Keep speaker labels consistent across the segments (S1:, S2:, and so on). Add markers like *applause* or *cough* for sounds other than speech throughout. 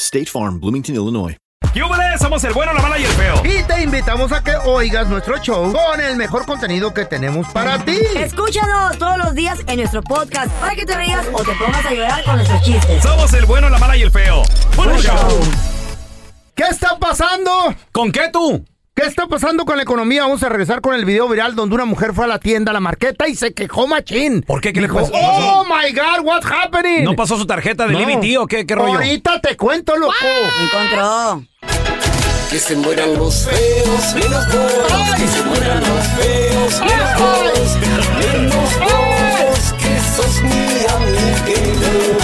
S1: State Farm, Bloomington, Illinois.
S2: ¿Qué hubo Somos el bueno, la mala y el feo.
S3: Y te invitamos a que oigas nuestro show con el mejor contenido que tenemos para ti.
S4: Escúchanos todos los días en nuestro podcast para que te rías o te pongas a llorar con nuestros chistes.
S2: Somos el bueno, la mala y el feo.
S3: ¿Qué está pasando?
S2: ¿Con qué tú?
S3: ¿Qué está pasando con la economía? Vamos a regresar con el video viral donde una mujer fue a la tienda, a la marqueta y se quejó machín.
S2: ¿Por qué? ¿Qué le
S3: Dijo,
S2: pasó?
S3: Oh my God, what's happening?
S2: ¿No pasó su tarjeta de
S3: No.
S2: Living T o qué, qué rollo?
S3: Ahorita te cuento, loco.
S4: Encontró.
S5: Que se mueran los feos, menos dos. Que se mueran los feos, menos dos. Menos dos, que sos mi amiguero.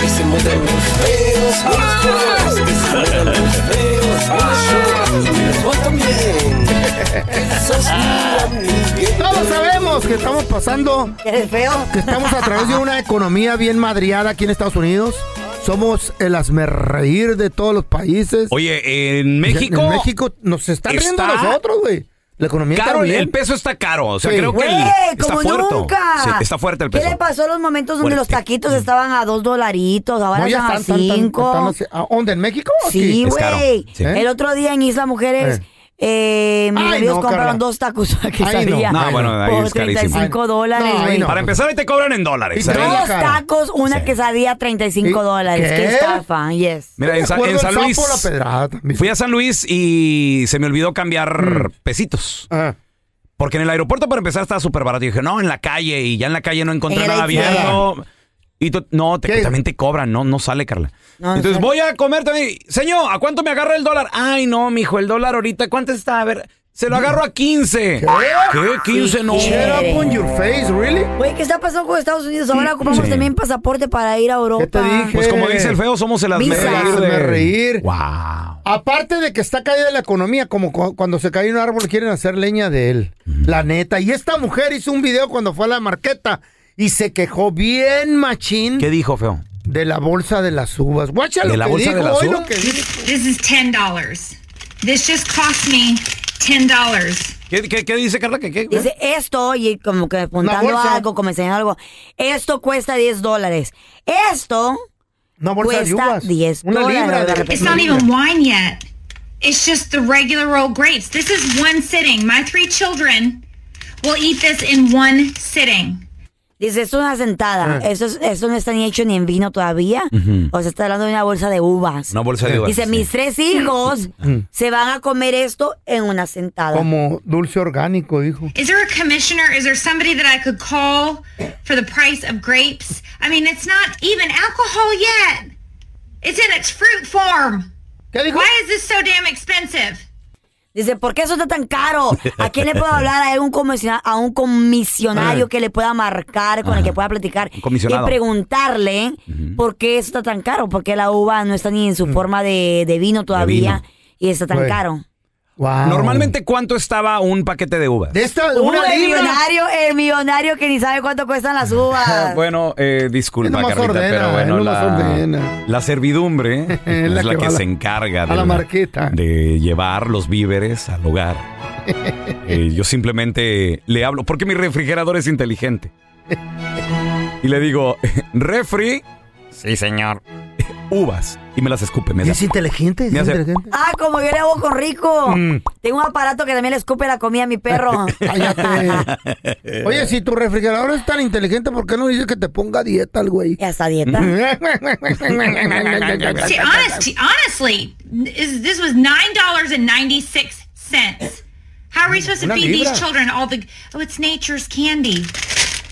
S5: Que se mueran los feos, menos dos. Que se mueran los feos, menos dos. Menos vos también. Que sos mi amiguero.
S3: Todos sabemos que estamos pasando,
S4: ¿Eres feo?
S3: que estamos a través de una economía bien madriada aquí en Estados Unidos. Somos el reír de todos los países.
S2: Oye, eh, en México.
S3: En México nos está riendo
S2: está-
S3: nosotros, güey. La economía
S2: Caro,
S3: está
S2: el-
S3: bien.
S2: el peso está caro. O sea,
S3: Sí.
S2: creo que el-
S4: Güey,
S2: está
S4: ¡Eh! como
S2: fuerte.
S4: nunca.
S2: Sí, está fuerte el
S4: ¿Qué
S2: peso.
S4: le pasó a los momentos donde los
S2: Fuerte.
S4: taquitos estaban a dos dolaritos, ahora
S3: No, ya
S4: están a
S3: están, están- están-
S4: cinco?
S3: están así- Ah, ¿A ¿Dónde? ¿En México? o aquí?
S4: sí,
S2: Es caro,
S4: güey.
S2: sí.
S4: El otro día en Isla Mujeres, eh, mis
S3: ¿Eh? Ay,
S4: amigos
S3: no,
S4: compraron
S3: Carla.
S4: dos tacos que
S3: Ay, no.
S4: sabía.
S3: No,
S2: bueno, ahí
S4: por
S2: es carísimo.
S4: 35 dólares,
S3: No, ahí
S4: güey.
S3: no.
S2: Para empezar, ahí te cobran en dólares.
S3: Y
S2: ¿eh?
S3: todo-
S4: Dos
S3: Cara.
S4: tacos, una
S2: Sí.
S4: quesadilla, 35
S3: ¿Y
S4: dólares.
S3: qué?
S4: ¿Qué? estafa, yes.
S2: Mira, en, Sa-
S3: Recuerdo
S2: en San
S3: el
S2: Luis.
S3: sapo, la pedrada también. Mm.
S2: Fui a San Luis y se me olvidó cambiar pesitos.
S3: Ah,
S2: Porque en el aeropuerto, para empezar, estaba súper barato. Y dije, no, en la calle. Y ya en la calle no encontré
S4: En el
S2: nada
S4: ATM.
S2: abierto. Y tú- no, te-
S3: ¿Qué?
S2: también te cobran, no, no sale, Carla.
S4: No, no
S2: Entonces
S4: sale.
S2: voy a comer también. Señor, ¿a cuánto me agarra el dólar? Ay, no, mijo, el dólar ahorita, ¿cuánto está? A ver, se lo agarro a 15. ¿Qué? ¿15? No.
S3: Shut up on your face, really?
S4: Güey, ¿qué está pasando con Estados Unidos? Ahora ocupamos también pasaporte para ir a Europa.
S3: ¿Qué te dije?
S2: Pues como dice el feo, somos el
S4: Visa.
S2: asmerreír
S3: Hazme
S2: de...
S3: reír.
S2: Wow.
S3: Aparte de que está caída la economía, como cu- cuando se cae un árbol quieren hacer leña de él. La neta. Y esta mujer hizo un video cuando fue a la marqueta y se quejó bien machín
S2: ¿Qué dijo, feo?
S3: de la bolsa de las uvas. Guacha lo
S2: ¿De la
S3: que
S2: bolsa de
S3: dijo,
S2: las
S3: hoy
S2: uvas?
S3: lo que dijo.
S6: This is ten dollars. This just cost me ten dollars.
S2: ¿Qué, qué, qué dice Carla? ¿Qué, qué?
S4: Dice esto, y como que apuntando
S3: Pues, bolsa.
S4: algo, como enseñando algo. Esto cuesta 10 dólares. Esto
S3: Una bolsa de
S4: Cuesta
S3: uvas.
S4: 10
S3: Una
S4: dólares,
S3: libra.
S4: de
S3: de-
S4: repente.
S6: It's not even wine yet. It's just the regular old grapes. This is one sitting. My three children will eat this in one sitting.
S4: Dice, esto es una sentada.
S3: Ah.
S4: Eso, es- eso no está ni hecho ni en vino todavía. O sea, está hablando de una bolsa de uvas.
S2: Una bolsa de uvas.
S4: Dice,
S2: sí.
S4: mis tres hijos se van a comer esto en una sentada.
S3: Mm. Como dulce orgánico, dijo.
S6: Is there a commissioner? Is there somebody that I could call for the price of grapes? I mean, it's not even alcohol yet. It's in its fruit form.
S3: ¿Qué dijo?
S6: Why is this so damn expensive?
S4: Dice, ¿por qué eso está tan caro? ¿A quién le puedo hablar? ¿A un comisionario, a un comisionario que le pueda marcar, con el que pueda platicar?
S2: Un comisionado.
S4: Y preguntarle por qué eso está tan caro. Porque la uva no está ni en su forma de, de vino todavía
S2: vino.
S4: y está tan
S3: Güey.
S4: caro.
S3: Wow.
S2: Normalmente, ¿cuánto estaba un paquete de uvas?
S3: De esta, una
S4: el
S3: libra.
S4: millonario, el millonario que ni sabe cuánto cuestan las
S2: Ah, *laughs*
S4: uvas.
S2: Bueno, eh, disculpa,
S3: Él nomás
S2: Carlita,
S3: ordena,
S2: pero bueno,
S3: él nomás
S2: la,
S3: ordena. *laughs*
S2: la servidumbre es la,
S3: la
S2: que,
S3: que va a la-
S2: se encarga
S3: a la marqueta.
S2: de llevar los víveres
S3: *laughs*
S2: al hogar. Eh, yo simplemente le hablo, porque mi refrigerador es inteligente. Y le digo, *laughs* refri. Sí, señor. *laughs* Uvas. Y me las escupe. Me da-
S3: Es inteligente, es
S2: Me hace-
S3: inteligente.
S4: Ah, como yo le hago con Rico. Tengo un aparato que también le escupe la comida a mi perro.
S3: Cállate.
S2: Eh.
S3: Oye, si tu refrigerador es tan inteligente, ¿por qué no dices que te ponga a dieta el güey?
S4: Ya
S3: *laughs*
S4: está dieta. ah,
S6: See, honest, honestly, is, this was nine dollars and ninety six cents. How are we supposed to
S3: Una
S6: feed
S3: libra.
S6: these children all the? Oh, it's nature's candy.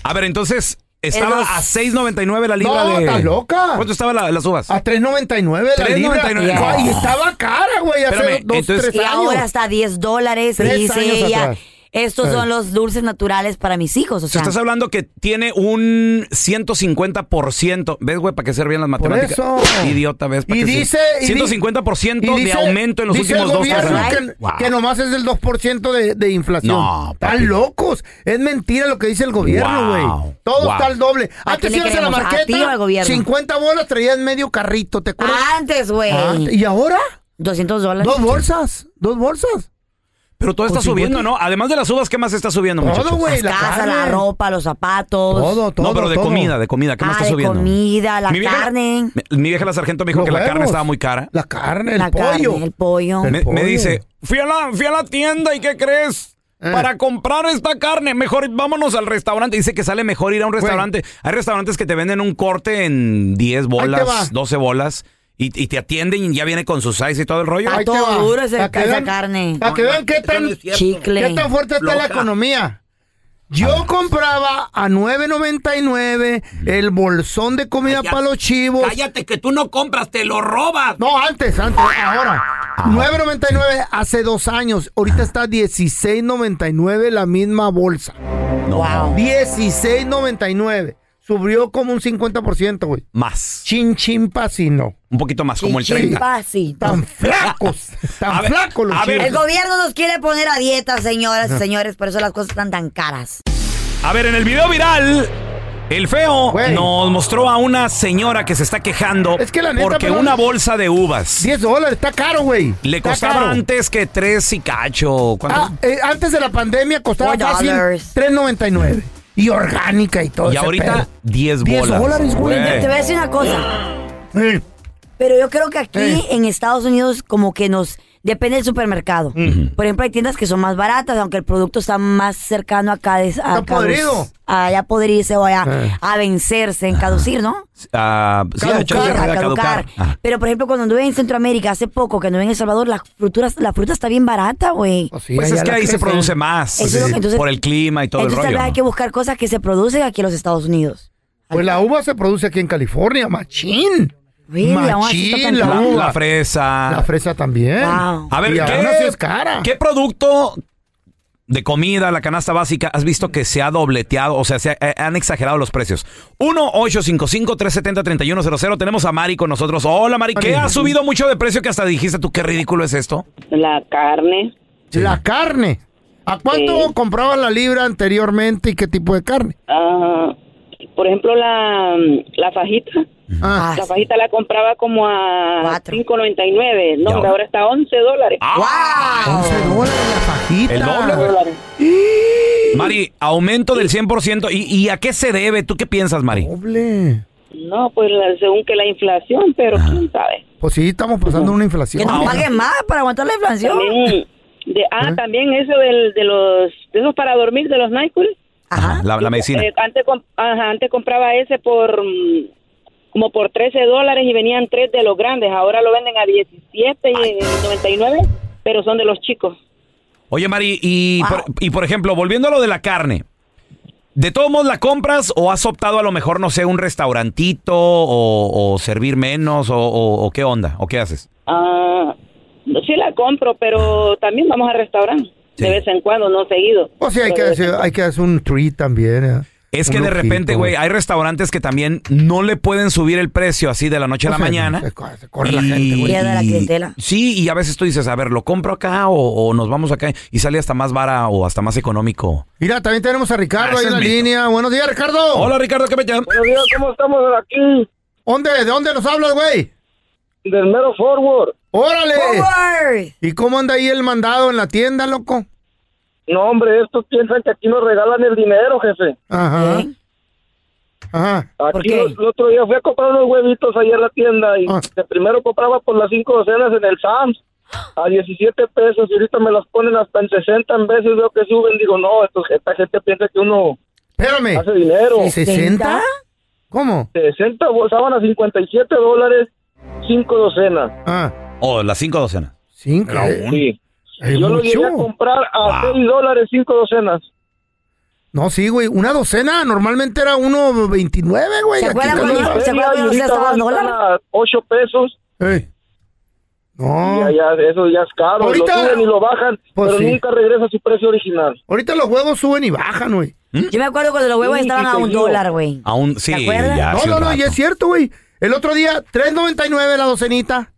S2: A ver, entonces, estaba
S4: Esos-
S2: a 6.99 la libra
S3: No,
S2: de.
S3: estás loca.
S2: ¿Cuánto estaban la- las uvas?
S3: A 3.99 la libra.
S2: 3.99.
S3: Ay, estaba cara, güey, hace
S2: Espérame,
S3: dos,
S2: entonces-
S3: tres
S4: Y
S3: años.
S4: ahora está 10 dólares. Y
S3: Tres
S4: dice
S3: años
S4: ella,
S3: atrás.
S4: estos
S3: Eh.
S4: son los dulces naturales para mis hijos. O
S2: O sea,
S4: sea,
S2: estás hablando que tiene un 150%. ¿Ves, güey, para qué servían las
S3: Por
S2: matemáticas?
S3: eso.
S2: Idiota, ¿ves? ¿Para
S3: Y
S2: qué sir-
S3: dice... y di-
S2: 150%
S3: y
S2: de
S3: dice-
S2: aumento en los
S3: dice
S2: últimos
S3: el
S2: dos
S3: gobierno
S2: años.
S3: Que,
S2: Wow.
S3: que nomás es del 2% de, de inflación.
S2: No,
S3: Están
S2: papi.
S3: locos. Es mentira lo que dice el gobierno, güey.
S2: Wow.
S3: Todo
S2: Wow.
S3: está al doble.
S4: ¿A
S3: Antes
S4: quién le
S3: ibas a la
S4: queremos? ¿A ti o al
S3: marqueta,
S4: gobierno?
S3: 50 bolas traías medio carrito, ¿te acuerdas?
S4: antes, güey.
S3: Ah, ¿Y ahora?
S4: 200 dólares.
S3: Dos bolsas, dos bolsas.
S2: Pero todo está
S3: Por
S2: subiendo,
S3: 50.
S2: ¿no? Además de las uvas, ¿qué más está subiendo, muchachos?
S3: pues Todo, güey.
S4: Las casas, la
S3: carne.
S4: ropa, los zapatos.
S3: Todo, todo.
S2: no, pero de
S3: todo.
S2: comida, de comida, ¿qué más
S4: Ah,
S2: está
S4: de
S2: subiendo?
S4: comida, la carne.
S2: Mi, mi vieja la sargento me dijo
S3: Los
S2: que la carne
S3: huevos.
S2: estaba muy cara.
S3: La carne, el
S4: la
S3: pollo.
S4: carne, el pollo.
S3: El
S2: Me, me
S3: pollo.
S2: dice, fui a, la, fui a la tienda y ¿qué crees?
S3: Eh.
S2: Para comprar esta carne, mejor vámonos al restaurante. Dice que sale mejor ir a un restaurante. Hay restaurantes que te venden un corte en 10
S3: va.
S2: bolas, 12 bolas, y, y te atienden y ya viene con su size y todo el rollo.
S4: Ah,
S3: Ahí te
S4: todo
S3: va.
S4: duro ese-
S3: Pa' que
S4: esa
S3: vean-
S4: carne.
S3: Para que vean qué tan,
S4: Chicle.
S3: qué tan fuerte está la economía. Yo compraba a 9.99 el bolsón de comida para los chivos.
S2: Cállate, que tú no compras, te lo robas.
S3: No, antes, antes, ahora.
S2: Ah.
S3: 9.99 hace dos años. Ahorita está 16.99 la misma bolsa.
S4: Wow.
S3: 16.99. Subió como un 50%, güey.
S2: Más,
S3: Chin, chin, pasino.
S2: un poquito más, como el 30.
S4: Chichipacito.
S3: Tan
S2: *laughs*
S3: flacos,
S2: A
S3: tan
S2: ver,
S3: flacos los
S2: a ver.
S3: chivos.
S4: El gobierno nos quiere poner a dieta, señoras y señores, por eso las cosas están tan caras.
S2: A ver, en el video viral, el feo
S3: Güey.
S2: nos mostró a una señora que se está quejando
S3: Es que la neta,
S2: porque
S3: pero-
S2: una bolsa de uvas.
S3: 10 dólares, está caro, güey.
S2: Le
S3: Está
S2: costaba
S3: caro.
S2: antes que tres y cacho. ¿Cuánto?
S3: Ah, eh, antes de la pandemia costaba
S4: Four
S3: fácil
S4: dollars.
S3: 3.99. Y orgánica y todo.
S2: y
S3: ese
S2: ahorita
S3: pedo.
S2: 10
S3: 10
S2: bolas.
S3: dólares, güey.
S4: Yo te voy a decir una cosa,
S3: Eh,
S4: pero yo creo que aquí
S3: Eh.
S4: en Estados Unidos como que nos depende del supermercado. Por ejemplo, hay tiendas que son más baratas, aunque el producto está más cercano a cada a
S3: Está podrido.
S4: A ya podrirse o a,
S3: Eh.
S4: a vencerse, en caducir, ¿no?
S2: Ah, sí, de hecho,
S3: Caducar,
S2: ya
S4: a
S2: va a caducar.
S4: caducar.
S2: Ah.
S4: Pero por ejemplo, cuando anduve en Centroamérica hace poco, que anduve en El Salvador, la fruta, la fruta está bien barata, güey.
S3: pues sí,
S2: Pues
S3: allá
S2: es que
S3: la
S2: ahí se
S3: crecen.
S2: produce más.
S4: Eso es lo que- entonces-
S2: por el clima y todo
S4: Entonces
S2: el
S4: tal
S2: rollo.
S4: vez hay
S2: ¿no?
S4: que buscar cosas que se producen aquí en los Estados Unidos.
S3: Pues la uva se produce aquí en California, machín.
S4: Really, aún así está
S3: Machín,
S4: tan
S3: la
S2: Ah, La,
S4: caro.
S3: uva.
S2: la fresa.
S3: La fresa también.
S4: Wow.
S2: A ver,
S3: Y aún así
S2: ¿qué,
S3: es cara.
S2: ¿qué producto de comida, la canasta básica, has visto que se ha dobleteado? O sea, se ha- eh, han exagerado los precios. 1-855-370-3100. Tenemos a Mari con nosotros. Hola, Mari. ¿Qué
S3: Mari.
S2: ha subido mucho de precio que hasta dijiste tú qué ridículo es esto?
S7: La carne,
S3: La carne. ¿A cuánto
S7: Sí.
S3: compraba la libra anteriormente y qué tipo de carne?
S7: ah, por ejemplo, la, la fajita.
S3: Ah,
S4: Ah,
S7: La fajita la compraba como a
S4: Cuatro.
S7: 5.99, no,
S2: Ya.
S7: hombre, ahora está a 11 dólares.
S2: ¡Ah!
S3: 11 dólares la fajita.
S2: El doble, güey.
S7: dólares.
S2: Mari, aumento del 100%. ¿Y, ¿Y a qué se debe? ¿Tú qué piensas, Mari?
S3: Doble.
S7: No, pues la- según que la inflación, pero quién sabe.
S3: Pues sí, estamos pasando una
S4: que
S3: inflación.
S4: nos paguen más para aguantar la inflación.
S7: También, de, ah, también eso del, de los, de esos para dormir, de los NyQuil.
S2: Ajá, La, la medicina.
S7: Eh, antes, comp- ajá, antes compraba ese por mm, como por 13 dólares y venían tres de los grandes. Ahora lo venden a 17 y eh, 99, pero son de los chicos.
S2: Oye, Mari, y,
S4: Wow.
S2: por, y por ejemplo, volviendo a lo de la carne, ¿de todos modos la compras o has optado a lo mejor, no sé, un restaurantito o, o servir menos o, o- o qué onda? ¿O qué haces?
S7: Ah, sí la compro, pero también vamos al restaurante.
S2: Sí.
S7: De vez en cuando, no seguido.
S3: O sea, hay que
S7: Pero de-
S3: hacer, hay que hacer un treat también. ¿eh?
S2: Es que de repente, güey, hay restaurantes que también no le pueden subir el precio así de la noche a la
S3: O sea,
S2: mañana.
S3: se co- se corre la gente, güey.
S4: Pierde la clientela.
S2: Sí, y a veces tú dices, a ver, ¿lo compro acá o, o nos vamos acá? Y sale hasta más vara o hasta más económico.
S3: Mira, también tenemos a Ricardo
S2: Ah,
S3: ahí
S2: ese
S3: en la
S2: es mi-
S3: línea. Buenos días, Ricardo.
S2: Hola, Ricardo, ¿qué me llamas?
S8: Buenos días, ¿cómo estamos aquí?
S3: ¿Dónde? ¿De dónde nos hablas, güey?
S8: Del mero forward.
S3: ¡Órale! ¿Y cómo anda ahí el mandado en la tienda, loco?
S8: No, hombre, estos piensan que aquí nos regalan el dinero, jefe.
S3: Ajá. Ajá.
S8: Aquí el el otro día fui a comprar unos huevitos ahí en la tienda
S3: Ah.
S8: y de primero compraba por las cinco docenas en el Sams a 17 pesos y ahorita me las ponen hasta en 60 en veces veo que suben. Digo, no, estos- esta gente piensa que uno
S3: Espérame.
S8: hace dinero.
S3: ¿60? ¿Cómo?
S8: 60 bo- sábanas, 57 dólares, cinco docenas.
S2: O las cinco docenas.
S3: Ah. ¿Cinco?
S8: Sí.
S3: Es
S8: Yo lo
S3: mucho.
S8: llegué a comprar a 6 dólares, cinco docenas.
S3: No, sí, güey. Una docena. Normalmente era 1.29, güey.
S8: ¿Se
S3: Aquí
S8: acuerdan
S3: está
S8: cuando-
S3: la-
S8: se acuerdan cuando ustedes estaban dólar? 8 pesos.
S3: No.
S8: Ya, ya, eso ya es caro.
S3: Ahorita-
S8: Lo suben y lo bajan,
S3: Pues
S8: pero
S3: sí.
S8: nunca regresa a su precio original.
S3: Ahorita los huevos suben y bajan, güey.
S4: Yo me acuerdo cuando los huevos
S8: Sí,
S4: estaban
S8: sí,
S4: a
S8: te
S4: un
S8: digo.
S4: dólar, güey.
S2: Aún sí,
S4: acuerdas?
S2: ya.
S3: No,
S2: hace
S3: no,
S2: un
S3: no, y
S2: rato.
S3: es cierto, güey. El otro día, 3.99 la docenita.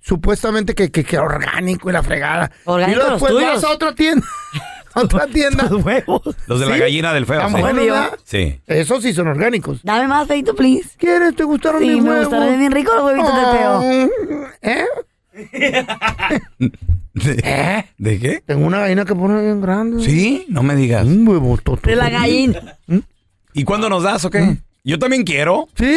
S3: Supuestamente que, que, que orgánico y la fregada. y pues,
S4: Orgánico
S3: luego
S4: los
S3: después
S4: tuyos.
S3: vas a otra tienda. *laughs* a otra tienda. Los huevos.
S2: Los de la gallina del feo.
S3: Tan
S2: sí.
S3: bueno, ¿verdad?
S2: Sí.
S3: Esos sí son orgánicos.
S4: Dame más, feito, please.
S3: ¿Quieres? ¿Te gustaron
S4: sí,
S3: mis
S4: me
S3: huevos?
S4: gustaron bien ricos los huevitos de
S3: Ah,
S4: feo.
S3: ¿Eh?
S2: ¿De, *laughs* de qué?
S3: Tengo una gallina que pone bien grande.
S2: Sí, no me digas.
S3: Un huevo
S4: De la gallina.
S2: ¿Y cuándo nos das o qué? Yo también quiero.
S3: ¿Mm? ¿Sí?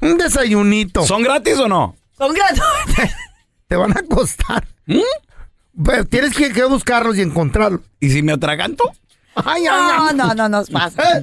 S3: Un desayunito.
S2: ¿Son gratis o no?
S4: Son gratuitos.
S3: Te van a costar.
S2: ¿Mm?
S3: Pero tienes que, que buscarlos y encontrarlos.
S2: ¿Y si me atraganto?
S3: Ay, Eh,
S4: No, no, no nos pasa.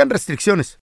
S3: restricciones.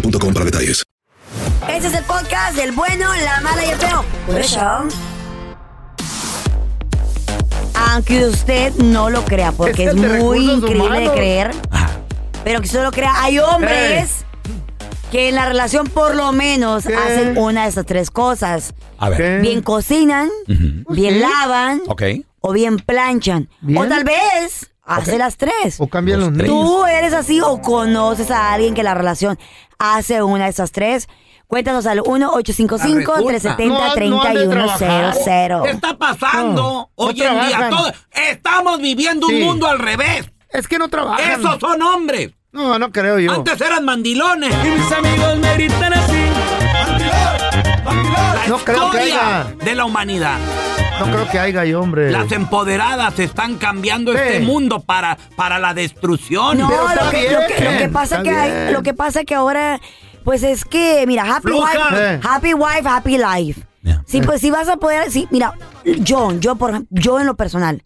S9: para detalles.
S4: Este es el podcast del bueno, la mala y el feo. Por eso. Aunque usted no lo crea, porque
S3: Es
S4: es,
S3: el de
S4: muy
S3: recursos
S4: increíble
S3: humanos. Ah.
S4: de creer. Pero que usted lo crea. Hay hombres que en la relación por lo menos hacen una de estas tres cosas.
S2: *laughs* A ver.
S4: Bien cocinan, bien
S3: sí.
S4: lavan
S2: Ok.
S4: o bien planchan. O tal vez hace las tres.
S3: O cambian los nombres.
S4: ¿Tú eres así o conoces a alguien que la relación hace una de esas tres? Cuéntanos
S3: Ah,
S4: al 1-855-370-3100.
S2: está pasando
S3: No, no
S2: hoy en día?
S3: trabajan.
S2: Todo- estamos viviendo
S3: Sí.
S2: un mundo al revés.
S3: Es que no trabajan.
S2: Esos son hombres.
S3: No, no creo yo.
S2: Antes eran mandilones.
S3: No creo que
S2: Historia
S3: haya.
S2: de la humanidad.
S3: No creo que haya, yo, hombre.
S2: Las empoderadas están cambiando este mundo para, para la destrucción.
S4: No,
S3: Pero está
S4: lo que, lo que- lo que
S3: bien,
S4: pasa
S3: está
S4: que hay,
S3: bien.
S4: lo que pasa que ahora, pues es que, mira, happy
S2: Floja.
S4: wife,
S2: Eh.
S4: happy wife, happy life. Sí, pues si vas a poder, sí, mira, yo, yo por, yo en lo personal,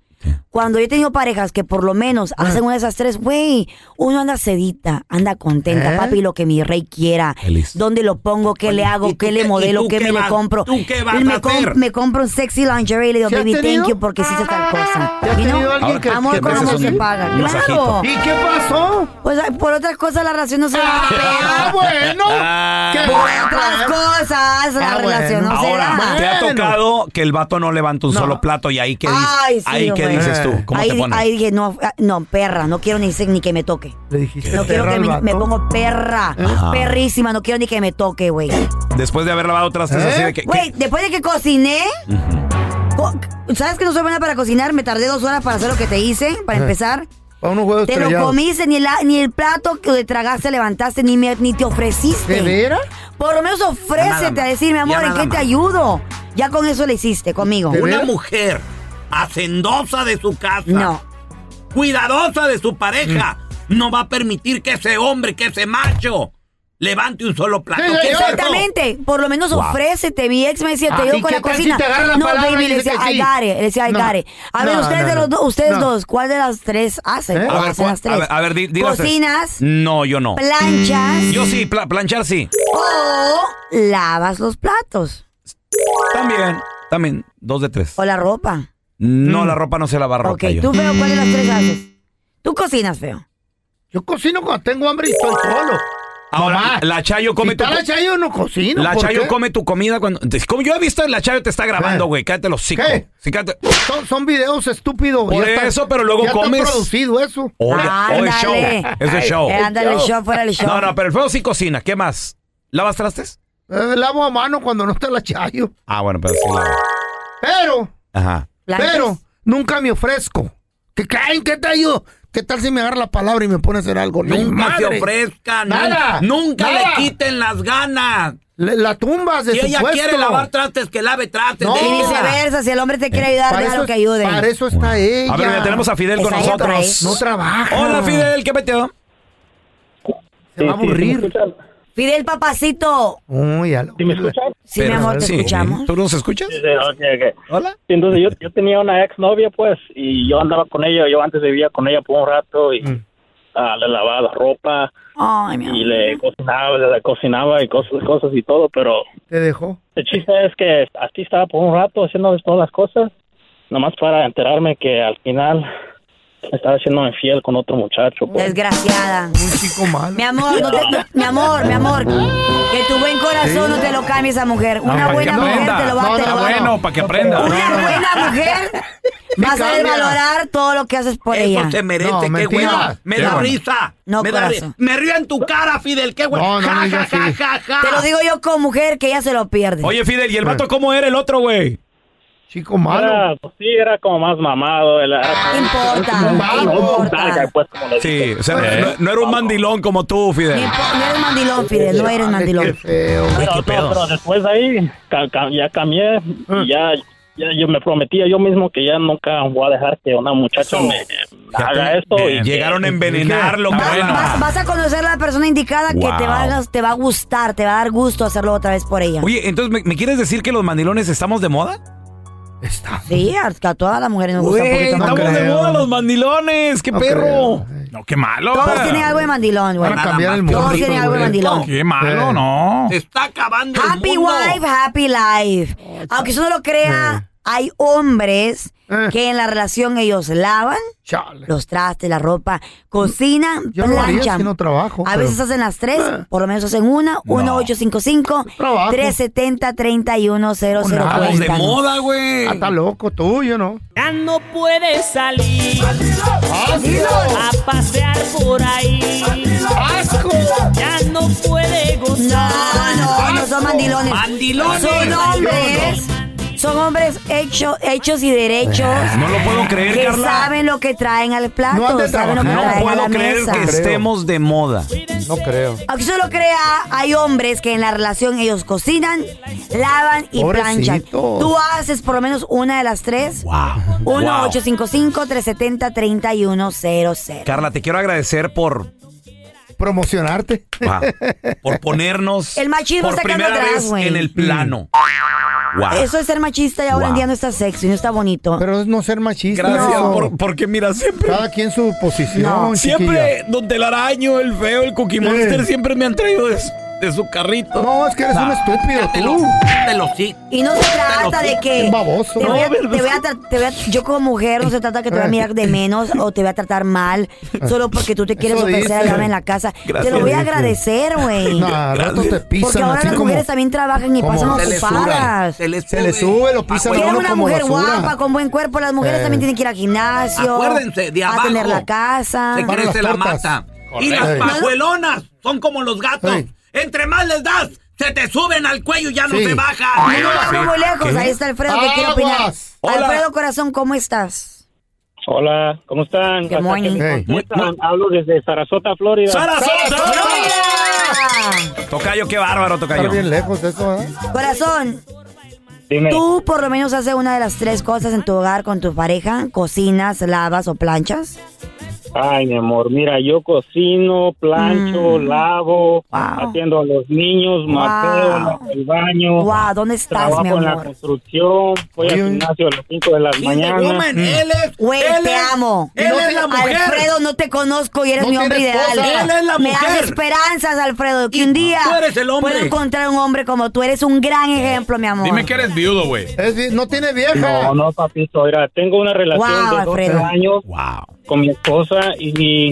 S4: Cuando yo he tenido parejas que por lo menos
S10: Ah.
S4: hacen una de esas tres, güey, uno anda sedita, anda contenta,
S10: ¿Eh?
S4: papi, lo que mi rey quiera.
S10: Feliz.
S4: ¿Dónde lo pongo? ¿Qué le hago? ¿Qué le
S10: qué- y
S4: modelo?
S10: tú
S4: ¿Qué
S10: qué
S4: me le
S10: vas-
S4: compro?
S10: tú qué vas
S4: me,
S10: a hacer?
S4: me compro un sexy lingerie y le digo,
S10: ¿Sí has
S4: baby,
S10: tenido?
S4: thank you porque hiciste tal cosa.
S10: ¿Ya has
S4: Y no,
S10: tenido alguien que-
S4: amor
S10: que
S4: con
S10: mereces
S4: amor se
S10: un
S4: paga.
S10: masajito?
S4: Claro.
S10: ¿Y
S3: qué pasó?
S4: Pues ay, por otras cosas la relación no se da.
S3: Ah, bueno.
S2: qué
S4: por
S2: bueno.
S4: otras cosas la
S3: Ah, bueno.
S4: relación no se
S2: Ahora,
S4: da.
S2: ¿te ha tocado que el vato no levanta un solo plato y ahí qué dices?
S4: Ay, sí,
S2: ahí
S3: Eh.
S2: qué
S4: güey.
S2: dices tú, ¿cómo
S4: ahí,
S2: te pones?
S4: ahí dije, no, ah, no, perra, no quiero ni, se- ni que me toque.
S3: Le dijiste.
S4: No quiero
S2: perra
S4: que
S2: al
S4: me,
S2: vato?
S4: me pongo perra,
S2: Ajá.
S4: perrísima, no quiero ni que me toque, güey.
S2: Después de haber lavado trastes así de que,
S4: Güey, después de que cociné, co- ¿sabes que no soy buena para cocinar? Me tardé dos horas para hacer lo que te hice, para
S3: Ajá.
S4: empezar.
S3: A unos huevos
S4: Te lo
S3: estrellados.
S4: comiste, ni el, a- ni el plato que te tragaste, levantaste, ni, me- ni te ofreciste.
S3: ¿De veras?
S4: Por lo menos
S10: Llamada,
S4: ofrécete
S10: ma.
S4: a decir, mi amor, ¿en
S10: Llamada,
S4: qué te
S10: ma.
S4: ayudo? Ya con eso le hiciste conmigo.
S10: Una mujer hacendosa de su casa, cuidadosa de su pareja, no va a permitir que ese hombre, que ese macho, levante un solo plato. ¿Qué es eso?
S4: Exactamente, por lo menos
S10: Guau.
S4: ofrécete. Mi ex me decía, te
S10: Ah,
S4: ayudo
S10: ¿y
S4: con
S10: qué
S4: la
S10: tal si
S4: cocina.
S10: te agarra la
S4: no,
S10: palabra y
S4: baby, le
S10: dice
S4: decía,
S10: que
S4: I
S10: sí?
S4: got it", le decía, I
S10: No.
S4: got it. A ver,
S10: No,
S4: ustedes
S10: no,
S4: de los
S10: no.
S4: dos, ustedes
S10: No.
S4: dos, ¿cuál de las tres hacen?
S2: ¿Eh?
S4: ¿O
S2: A ver,
S4: hacen
S2: ¿cuál-
S4: las tres?
S2: a ver, a ver, di- di las tres.
S4: Cocinas,
S2: No, yo no.
S4: planchas
S2: Yo sí, pla- planchar sí.
S3: Mm.
S4: o lavas los platos
S2: También, también, dos de tres.
S4: o la ropa.
S2: No, la ropa no se lava ropa.
S4: Mm. Ok,
S2: yo.
S4: tú feo, ¿cuál de las tres haces? Tú cocinas feo.
S3: Yo cocino cuando tengo hambre y estoy solo.
S2: Ahora, la Chayo come
S3: Si está la Chayo, no cocino,
S2: La
S3: ¿por
S2: Chayo
S3: qué?
S2: come tu comida cuando. Como yo he visto, la Chayo te está grabando, güey. Cállate los cinco.
S3: ¿Qué?
S2: Sí, cállate.
S3: Son, son videos estúpidos.
S2: Por
S3: está-
S2: eso, pero luego
S3: ya está
S2: comes.
S3: producido eso.
S2: Oye, oye,
S4: Ah, Ándale.
S2: show. Es de
S4: Ay,
S2: show.
S4: eh, ándale, show, fuera el show.
S2: No, no, pero el feo sí cocina. ¿Qué más? ¿Lavas trastes?
S3: Eh, lavo a mano cuando no está la Chayo.
S2: Ah, bueno, pero sí lava.
S3: Pero,
S2: Ajá.
S3: pero, nunca me ofrezco. ¿Qué caen? ¿Qué te ayudo? ¿Qué tal si me agarra la palabra y me pone a hacer algo?
S10: Nunca se
S3: Madre.
S10: ofrezcan.
S3: Nada.
S10: Nunca
S3: nada.
S10: le quiten las ganas.
S3: Le- la tumbas de
S10: Si
S3: su
S10: ella
S3: puesto.
S10: quiere lavar trastes, que lave trastes.
S3: No.
S10: de-
S4: Y viceversa, si el hombre te quiere ayudar,
S3: Para
S4: déjalo
S3: eso-
S4: que ayude.
S3: Para eso está ella.
S2: Eh, A ver, ya tenemos a Fidel con
S4: Está ella por
S2: nosotros.
S4: Pues ahí. No trabaja.
S2: Hola, Fidel, ¿qué metió?
S3: Se va a aburrir.
S4: Fidel, papacito.
S3: Uy, ya lo-
S4: ¿Sí me escuchas? Sí, mi amor, te escuchamos.
S2: ¿Tú nos escuchas?
S3: Hola.
S11: Entonces yo, yo tenía una ex novia pues y yo andaba con ella, yo antes vivía con ella por un rato y ah, le lavaba la ropa
S4: Ay, mi
S11: y le cocinaba, le, le cocinaba y cosas, cosas y todo, pero
S3: Te dejó.
S11: el chiste es que así estaba por un rato haciendo todas las cosas, nomás para enterarme que al final estaba siendo infiel con otro muchacho. pues.
S4: Desgraciada. Un
S3: chico malo.
S4: Mi amor, no te-
S3: *laughs*
S4: no- mi amor, mi amor. Que tu buen corazón no te lo cambie esa mujer. Una
S2: para que
S4: buena mujer
S2: aprenda.
S4: te lo va
S2: No,
S4: a te
S2: no,
S4: lo va a-
S2: bueno, para que aprenda.
S4: Una buena mujer
S3: *laughs*
S4: va a saber
S10: cambia.
S4: valorar todo lo que haces por
S10: Eso
S4: ella.
S10: se merece,
S4: No,
S10: qué
S4: mentira.
S10: bueno. Me
S4: Qué
S10: da
S4: bueno.
S10: risa.
S4: No,
S10: me, da ri-
S4: corazón.
S10: me río en tu cara, Fidel, qué bueno. Ja, ja, ja, ja, ja.
S4: Te lo digo yo como mujer que ella se lo pierde.
S2: Oye, Fidel, ¿y el vato cómo era el otro, güey?
S3: Chico
S11: Era, pues, sí, era como más mamado. Era,
S4: importa,
S11: no importa. pues, como le
S2: Sí, o sea,
S11: Eh.
S2: no, no era un mandilón como tú, Fidel.
S4: No eres mandilón, Fidel, no eres mandilón.
S11: Pero, no, pero después de ahí ca- ca- ya cambié
S3: Ah.
S11: y ya, ya yo me prometía yo mismo que ya nunca voy a dejar que una muchacha me me haga esto.
S2: Eh, llegaron a envenenarlo, bueno.
S4: Vas, vas a conocer la persona indicada que te
S2: Wow.
S4: va, a, te va a gustar, te va a dar gusto hacerlo otra vez por ella.
S2: Oye, entonces, ¿me, me quieres decir que los mandilones estamos de moda?
S4: Sí, a- que a todas las mujeres nos gusta un
S2: Güey,
S4: poquito más.
S2: estamos de moda los mandilones, qué
S4: No
S2: perro. No, qué malo.
S4: Todos
S2: güey.
S4: tienen algo de mandilón, güey.
S2: Van a cambiar el mundo,
S4: Todos tienen algo de
S2: güey.
S4: mandilón.
S2: Qué malo, no. Se
S10: está acabando el
S4: Happy
S10: mundo.
S4: wife, happy life. Aunque eso no lo
S2: Eh.
S4: crea, hay hombres
S3: Eh.
S4: que en la relación ellos lavan los trastes, la ropa, cocinan,
S3: Yo lo haría
S4: planchan.
S3: si no trabajo.
S4: A
S3: pero- Eh.
S4: veces hacen las tres, por lo menos hacen una, 1855 370 3100
S3: Estamos
S2: güey.
S3: Ah, está loco tú, yo no.
S12: Ya no puedes salir
S3: ¡Bandido!
S12: a pasear por ahí.
S3: ¡Asco!
S12: Ya no puede gozar.
S4: No, no son mandilones.
S12: Mandilones.
S4: Son hombres. Son hombres hecho- hechos y derechos.
S2: Eh. No lo puedo creer,
S4: que
S2: Carla.
S4: saben lo que traen al plato,
S2: No
S4: saben lo que traen a
S2: puedo
S4: la
S2: creer
S4: mesa.
S2: que estemos de moda.
S3: No creo.
S4: Aunque usted lo crea, hay hombres que en la relación ellos cocinan, lavan y planchan.
S3: Pobrecitos.
S4: Tú haces por lo menos una de las tres.
S2: Wow.
S4: 1-855-370-3100.
S2: Carla, te quiero agradecer por,
S3: Promocionarte.
S2: wow, por ponernos
S4: *laughs* El machismo
S2: por
S4: está quedando
S2: primera
S4: atrás,
S3: Mm.
S2: vez
S4: güey.
S2: en el plano. Guau.
S4: Eso de ser machista y ahora
S2: Wow.
S4: en día no está sexy, no está bonito.
S3: Pero es no ser machista.
S2: Gracias,
S3: No.
S2: por- porque mira, siempre.
S3: Cada quien su posición.
S2: siempre Don Telaraño, el feo, el Cookie Monster,
S3: Sí.
S2: siempre me han traído de, su- de su carrito.
S3: No, es que eres un
S2: Ah.
S3: estúpido, tú.
S4: Y no se trata de que
S3: Baboso.
S4: te voy a, te voy a tra- te voy a- yo como mujer no se trata que te voy a mirar de menos o te voy a tratar mal solo porque tú te quieres
S3: Eso
S4: ofrecer a
S3: dice.
S4: Gaby en la casa.
S3: Gracias,
S4: te lo voy a
S3: dice.
S4: agradecer, güey.
S3: Nah, al rato te pisan.
S4: Porque ahora
S3: así
S4: las
S3: como-
S4: mujeres también trabajan y
S3: como-
S4: pasan
S3: Se le sube,
S4: ocupadas.
S3: se le Se le sube. sube, lo pisan a
S4: Quieren
S3: uno
S4: una
S3: como
S4: mujer
S3: basura.
S4: guapa, con buen cuerpo. Las mujeres
S3: Eh.
S4: también tienen que ir al gimnasio.
S10: Acuérdense, de
S4: A tener
S10: abajo
S4: la casa.
S10: Se crece la mata. Y las pajuelonas son como los gatos. Entre más les das, se te suben al cuello y ya no
S4: Sí.
S10: se bajan.
S4: Ay, no, vamos muy lejos. Ahí está Alfredo que quiere opinar.
S10: Aguas. Hola.
S4: Alfredo Corazón, ¿cómo estás?
S13: Hola, ¿cómo están?
S4: Good morning.
S13: Acá que me contestan, Hablo desde Sarasota, Florida.
S2: Tocayo, qué bárbaro, Tocayo.
S3: bien lejos de eso, ¿eh?
S4: Corazón,
S13: Dime.
S4: ¿Tú por lo menos haces una de las tres cosas en tu hogar con tu pareja? ¿Cocinas, lavas o planchas?
S13: Ay, mi amor, mira, yo cocino, plancho,
S4: Mm.
S13: lavo, atiendo a los niños, mapeo, lavo el baño.
S4: Guau, ¿dónde estás,
S13: trabajo
S4: mi
S13: en la
S4: amor?
S13: construcción, voy al gimnasio a las 5 de la mañana. Mm.
S4: Güey,
S13: él
S4: te
S13: es-
S4: amo.
S13: él
S4: No
S13: es
S4: te-
S13: la mujer.
S4: Alfredo, no te conozco y eres
S13: No
S4: mi hombre
S13: tiene
S4: ideal.
S13: esposa. Él es la
S4: Me das
S13: mujer.
S4: esperanzas, Alfredo, que un día
S13: tú eres el hombre.
S4: puedo encontrar un hombre como tú. Eres un gran ejemplo, mi amor.
S13: que eres viudo, güey.
S3: no tiene vieja.
S13: No, no, papito, mira, tengo una relación
S4: Wow,
S13: de 12
S4: Alfredo.
S13: años con mi esposa y,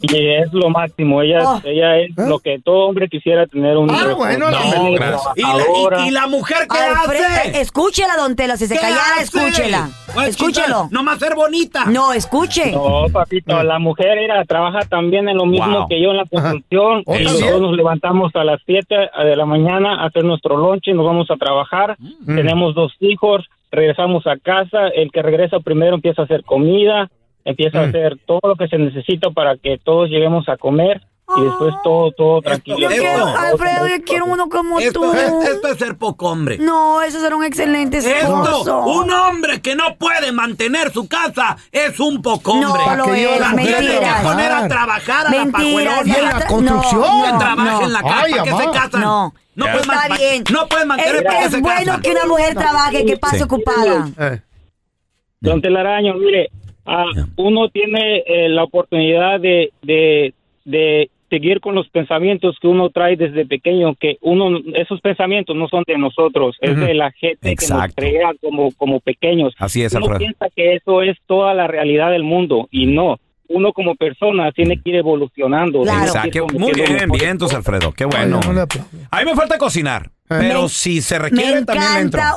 S13: y es lo máximo. Ella,
S10: Oh.
S13: ella es lo que todo hombre quisiera tener un
S10: Ah, bueno,
S13: una
S10: no,
S13: mujer
S10: gracias. Y la- y-
S13: trabajadora.
S10: y la mujer que
S4: Alfredo,
S10: hace?
S4: Escúchela, don Tela. Si se
S10: ¿Qué
S4: callara,
S10: hace?
S4: escúchela.
S10: Ay,
S4: Escúchelo.
S10: chicas, No más ser bonita.
S4: No, escuche.
S13: No, papito, la mujer era, trabaja también en lo mismo
S10: Wow.
S13: que yo en la construcción.
S10: Ajá. Oh,
S13: Y
S10: Eso.
S13: Nosotros nos levantamos a las 7 de la mañana a hacer nuestro lonche, nos vamos a trabajar.
S10: Mm.
S13: Tenemos dos hijos, regresamos a casa. El que regresa primero empieza a hacer comida, empieza
S10: Mm.
S13: a hacer todo lo que se necesita para que todos lleguemos a comer. Y después todo, todo tranquilo.
S4: Yo quiero,
S13: Todo, todo
S4: Alfredo,
S13: tranquilo.
S4: yo quiero uno como tú.
S10: Esto es, esto es ser poco hombre.
S4: No, eso será un excelente esposo.
S10: Esto, un hombre que no puede mantener su casa es un poco
S4: No
S10: hombre.
S4: lo es,
S10: La
S4: mentiras.
S10: tiene que poner a trabajar a la
S4: Mentiras,
S10: pajuelona.
S4: ya la tra- no,
S10: Que
S4: no,
S10: trabaje
S4: no.
S10: en la casa.
S4: Ay,
S10: ¿Para qué
S4: amá.
S10: se casan?
S4: No.
S10: No
S4: Está
S10: puede man-
S4: bien.
S10: No puede mantener
S4: Es-
S10: para qué
S4: es
S10: se
S4: bueno
S10: casan.
S4: que una mujer trabaje, que pase ocupada.
S13: Don Telaraño, mire, ah, uno tiene eh, la oportunidad de, de, de seguir con los pensamientos que uno trae desde pequeño, que uno, esos pensamientos no son de nosotros, es
S2: Ujú.
S13: de la gente
S2: Exacto.
S13: que nos crea como, como pequeños.
S2: Así es,
S13: uno
S2: Alfredo.
S13: piensa que eso es toda la realidad del mundo, y no. Uno como persona tiene que ir evolucionando. tiene que ir
S2: Exacto. Muy
S13: cometiendo
S2: bien,
S13: mejores
S2: vientos, Alfredo. Qué bueno. A mí me falta cocinar, pero si se
S4: Eh. Me
S2: requiere también le entro.
S4: encanta.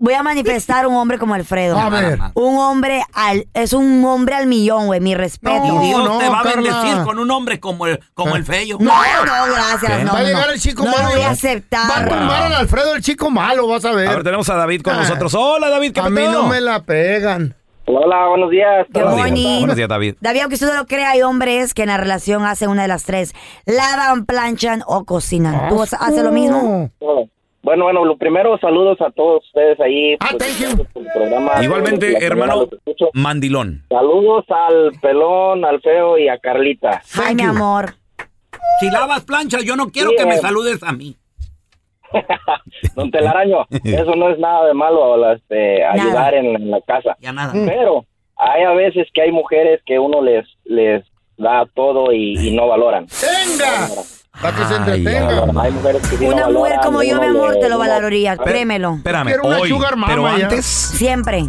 S4: Voy a manifestar un hombre como Alfredo.
S2: A ver.
S4: Un hombre al. Es un hombre al millón, güey. Mi respeto.
S10: Y Dios te va a bendecir con un hombre como el, como el feyo.
S4: No, no, gracias. No,
S3: Va a
S4: no.
S3: llegar el chico
S4: No
S3: malo.
S4: lo voy a
S3: ¿eh?
S4: aceptar.
S3: Va a tumbar al Alfredo, el chico malo, vas a ver.
S2: A ver, tenemos a David con
S3: Ah.
S2: nosotros. Hola, David, ¿qué
S3: A mí
S2: peteo?
S3: no me la pegan.
S14: Hola, buenos días.
S2: Buenos días.
S4: bonito.
S2: Buenos días, David.
S4: David, aunque usted no lo crea, hay hombres que en la relación hacen una de las tres: lavan, planchan o cocinan. ¿Tú haces Pues, lo mismo?
S3: Oh.
S14: Bueno, Pues, Bueno, bueno, lo primero, saludos a todos ustedes ahí. pues, por el programa.
S2: Ah, Igualmente,
S14: Los
S2: hermano,
S14: escucho.
S2: mandilón.
S14: Saludos al pelón, al feo y a Carlita.
S4: Ay, mi amor.
S10: Si lavas planchas, yo no quiero
S14: Sí,
S10: que me
S14: eh.
S10: saludes a mí.
S14: Don
S2: *laughs*
S14: Telaraño, eso no es nada de malo, este, ayudar en, en la casa.
S2: Mm.
S14: Pero hay a veces que hay mujeres que uno les, les da todo y, y no valoran.
S3: ¡Venga! Para que se
S14: entretenga. hay mujeres que sí no
S4: Una mujer
S14: valoran,
S4: como yo,
S14: uno
S4: mi amor,
S14: le-
S4: te lo
S14: uno-
S4: valoraría,
S14: A ver,
S4: créemelo.
S2: Espérame, hoy, pero antes...
S4: Siempre.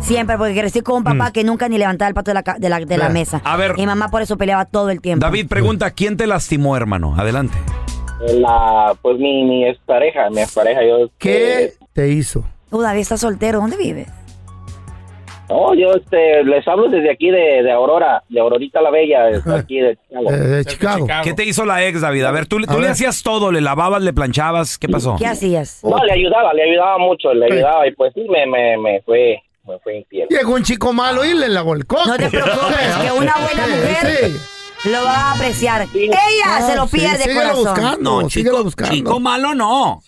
S4: Siempre, porque crecí con un papá que nunca ni levantaba el pato de la, ca- de la, de la
S2: Claro.
S4: mesa.
S2: Mm. A ver.
S4: Mi mamá por eso peleaba todo el tiempo.
S2: David pregunta, ¿quién te lastimó, hermano? Adelante.
S14: La, pues mi, mi expareja, mi expareja, yo... este,
S3: ¿Qué te hizo?
S4: Tú, Uh, David, estás soltero. ¿Dónde vives?
S14: No, yo este, les hablo desde aquí de, de Aurora, de Aurorita la Bella, desde aquí de
S4: eh,
S14: Chicago.
S2: Eh,
S3: Chicago.
S2: ¿Qué te hizo la ex, David? A ver, tú, le- tú le hacías todo, le lavabas, le planchabas, ¿qué pasó?
S4: ¿Qué hacías?
S14: No, le ayudaba, le ayudaba mucho, le ayudaba y pues sí, me, me, me fue, me fue infiel.
S3: Llegó un chico malo y le lavó el coco. No te preocupes,
S4: que una buena mujer lo va a apreciar. Ella se lo pierde,
S2: Ah,
S3: síguela
S4: corazón.
S3: buscando,
S10: No,
S3: síguela
S10: chico,
S3: buscando.
S10: chico malo no.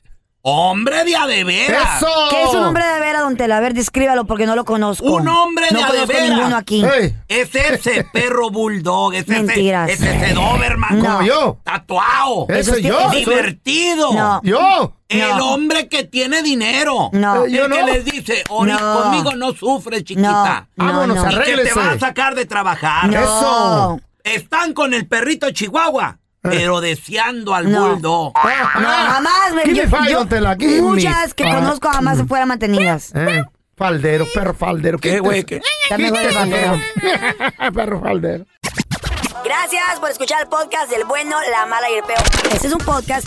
S2: Hombre de a de veras.
S4: ¿Qué es un hombre de veras, don Tela? A ver, descríbalo porque no lo conozco.
S2: Un hombre
S4: no
S2: de a de
S4: conozco
S2: veras.
S4: ninguno aquí.
S2: Es
S4: *laughs*
S2: ese perro bulldog, es
S4: Mentiras.
S2: ese, es ese Doberman.
S4: No. Como yo.
S2: Tatuado.
S4: Eso es Eso yo. es-
S2: Divertido.
S4: No.
S3: Yo.
S2: El
S4: No.
S2: hombre que tiene dinero.
S4: No.
S2: El
S4: Eh, Yo
S2: que
S4: no.
S2: les dice, "Ori-
S4: No.
S2: conmigo no sufres, chiquita.
S4: No, no, Vámonos, no.
S2: Y que te
S4: arréglese.
S2: va a sacar de trabajar.
S4: No. Eso. Eh.
S2: Están con el perrito chihuahua, pero deseando al
S4: No.
S2: bulldog.
S4: No,
S3: Ah,
S4: jamás, güey.
S3: Give me
S4: Yo-
S3: five,
S4: yo-
S3: don Tela, give me
S4: Muchas que
S3: five.
S4: conozco jamás se fueran mantenidas.
S3: Ah. Eh, Faldero, perro faldero. ¿Qué,
S2: güey? ¿Qué?
S4: Ya me voy de
S3: *laughs* perro faldero.
S4: Gracias por escuchar el podcast del bueno, la mala y el peor. Este es un podcast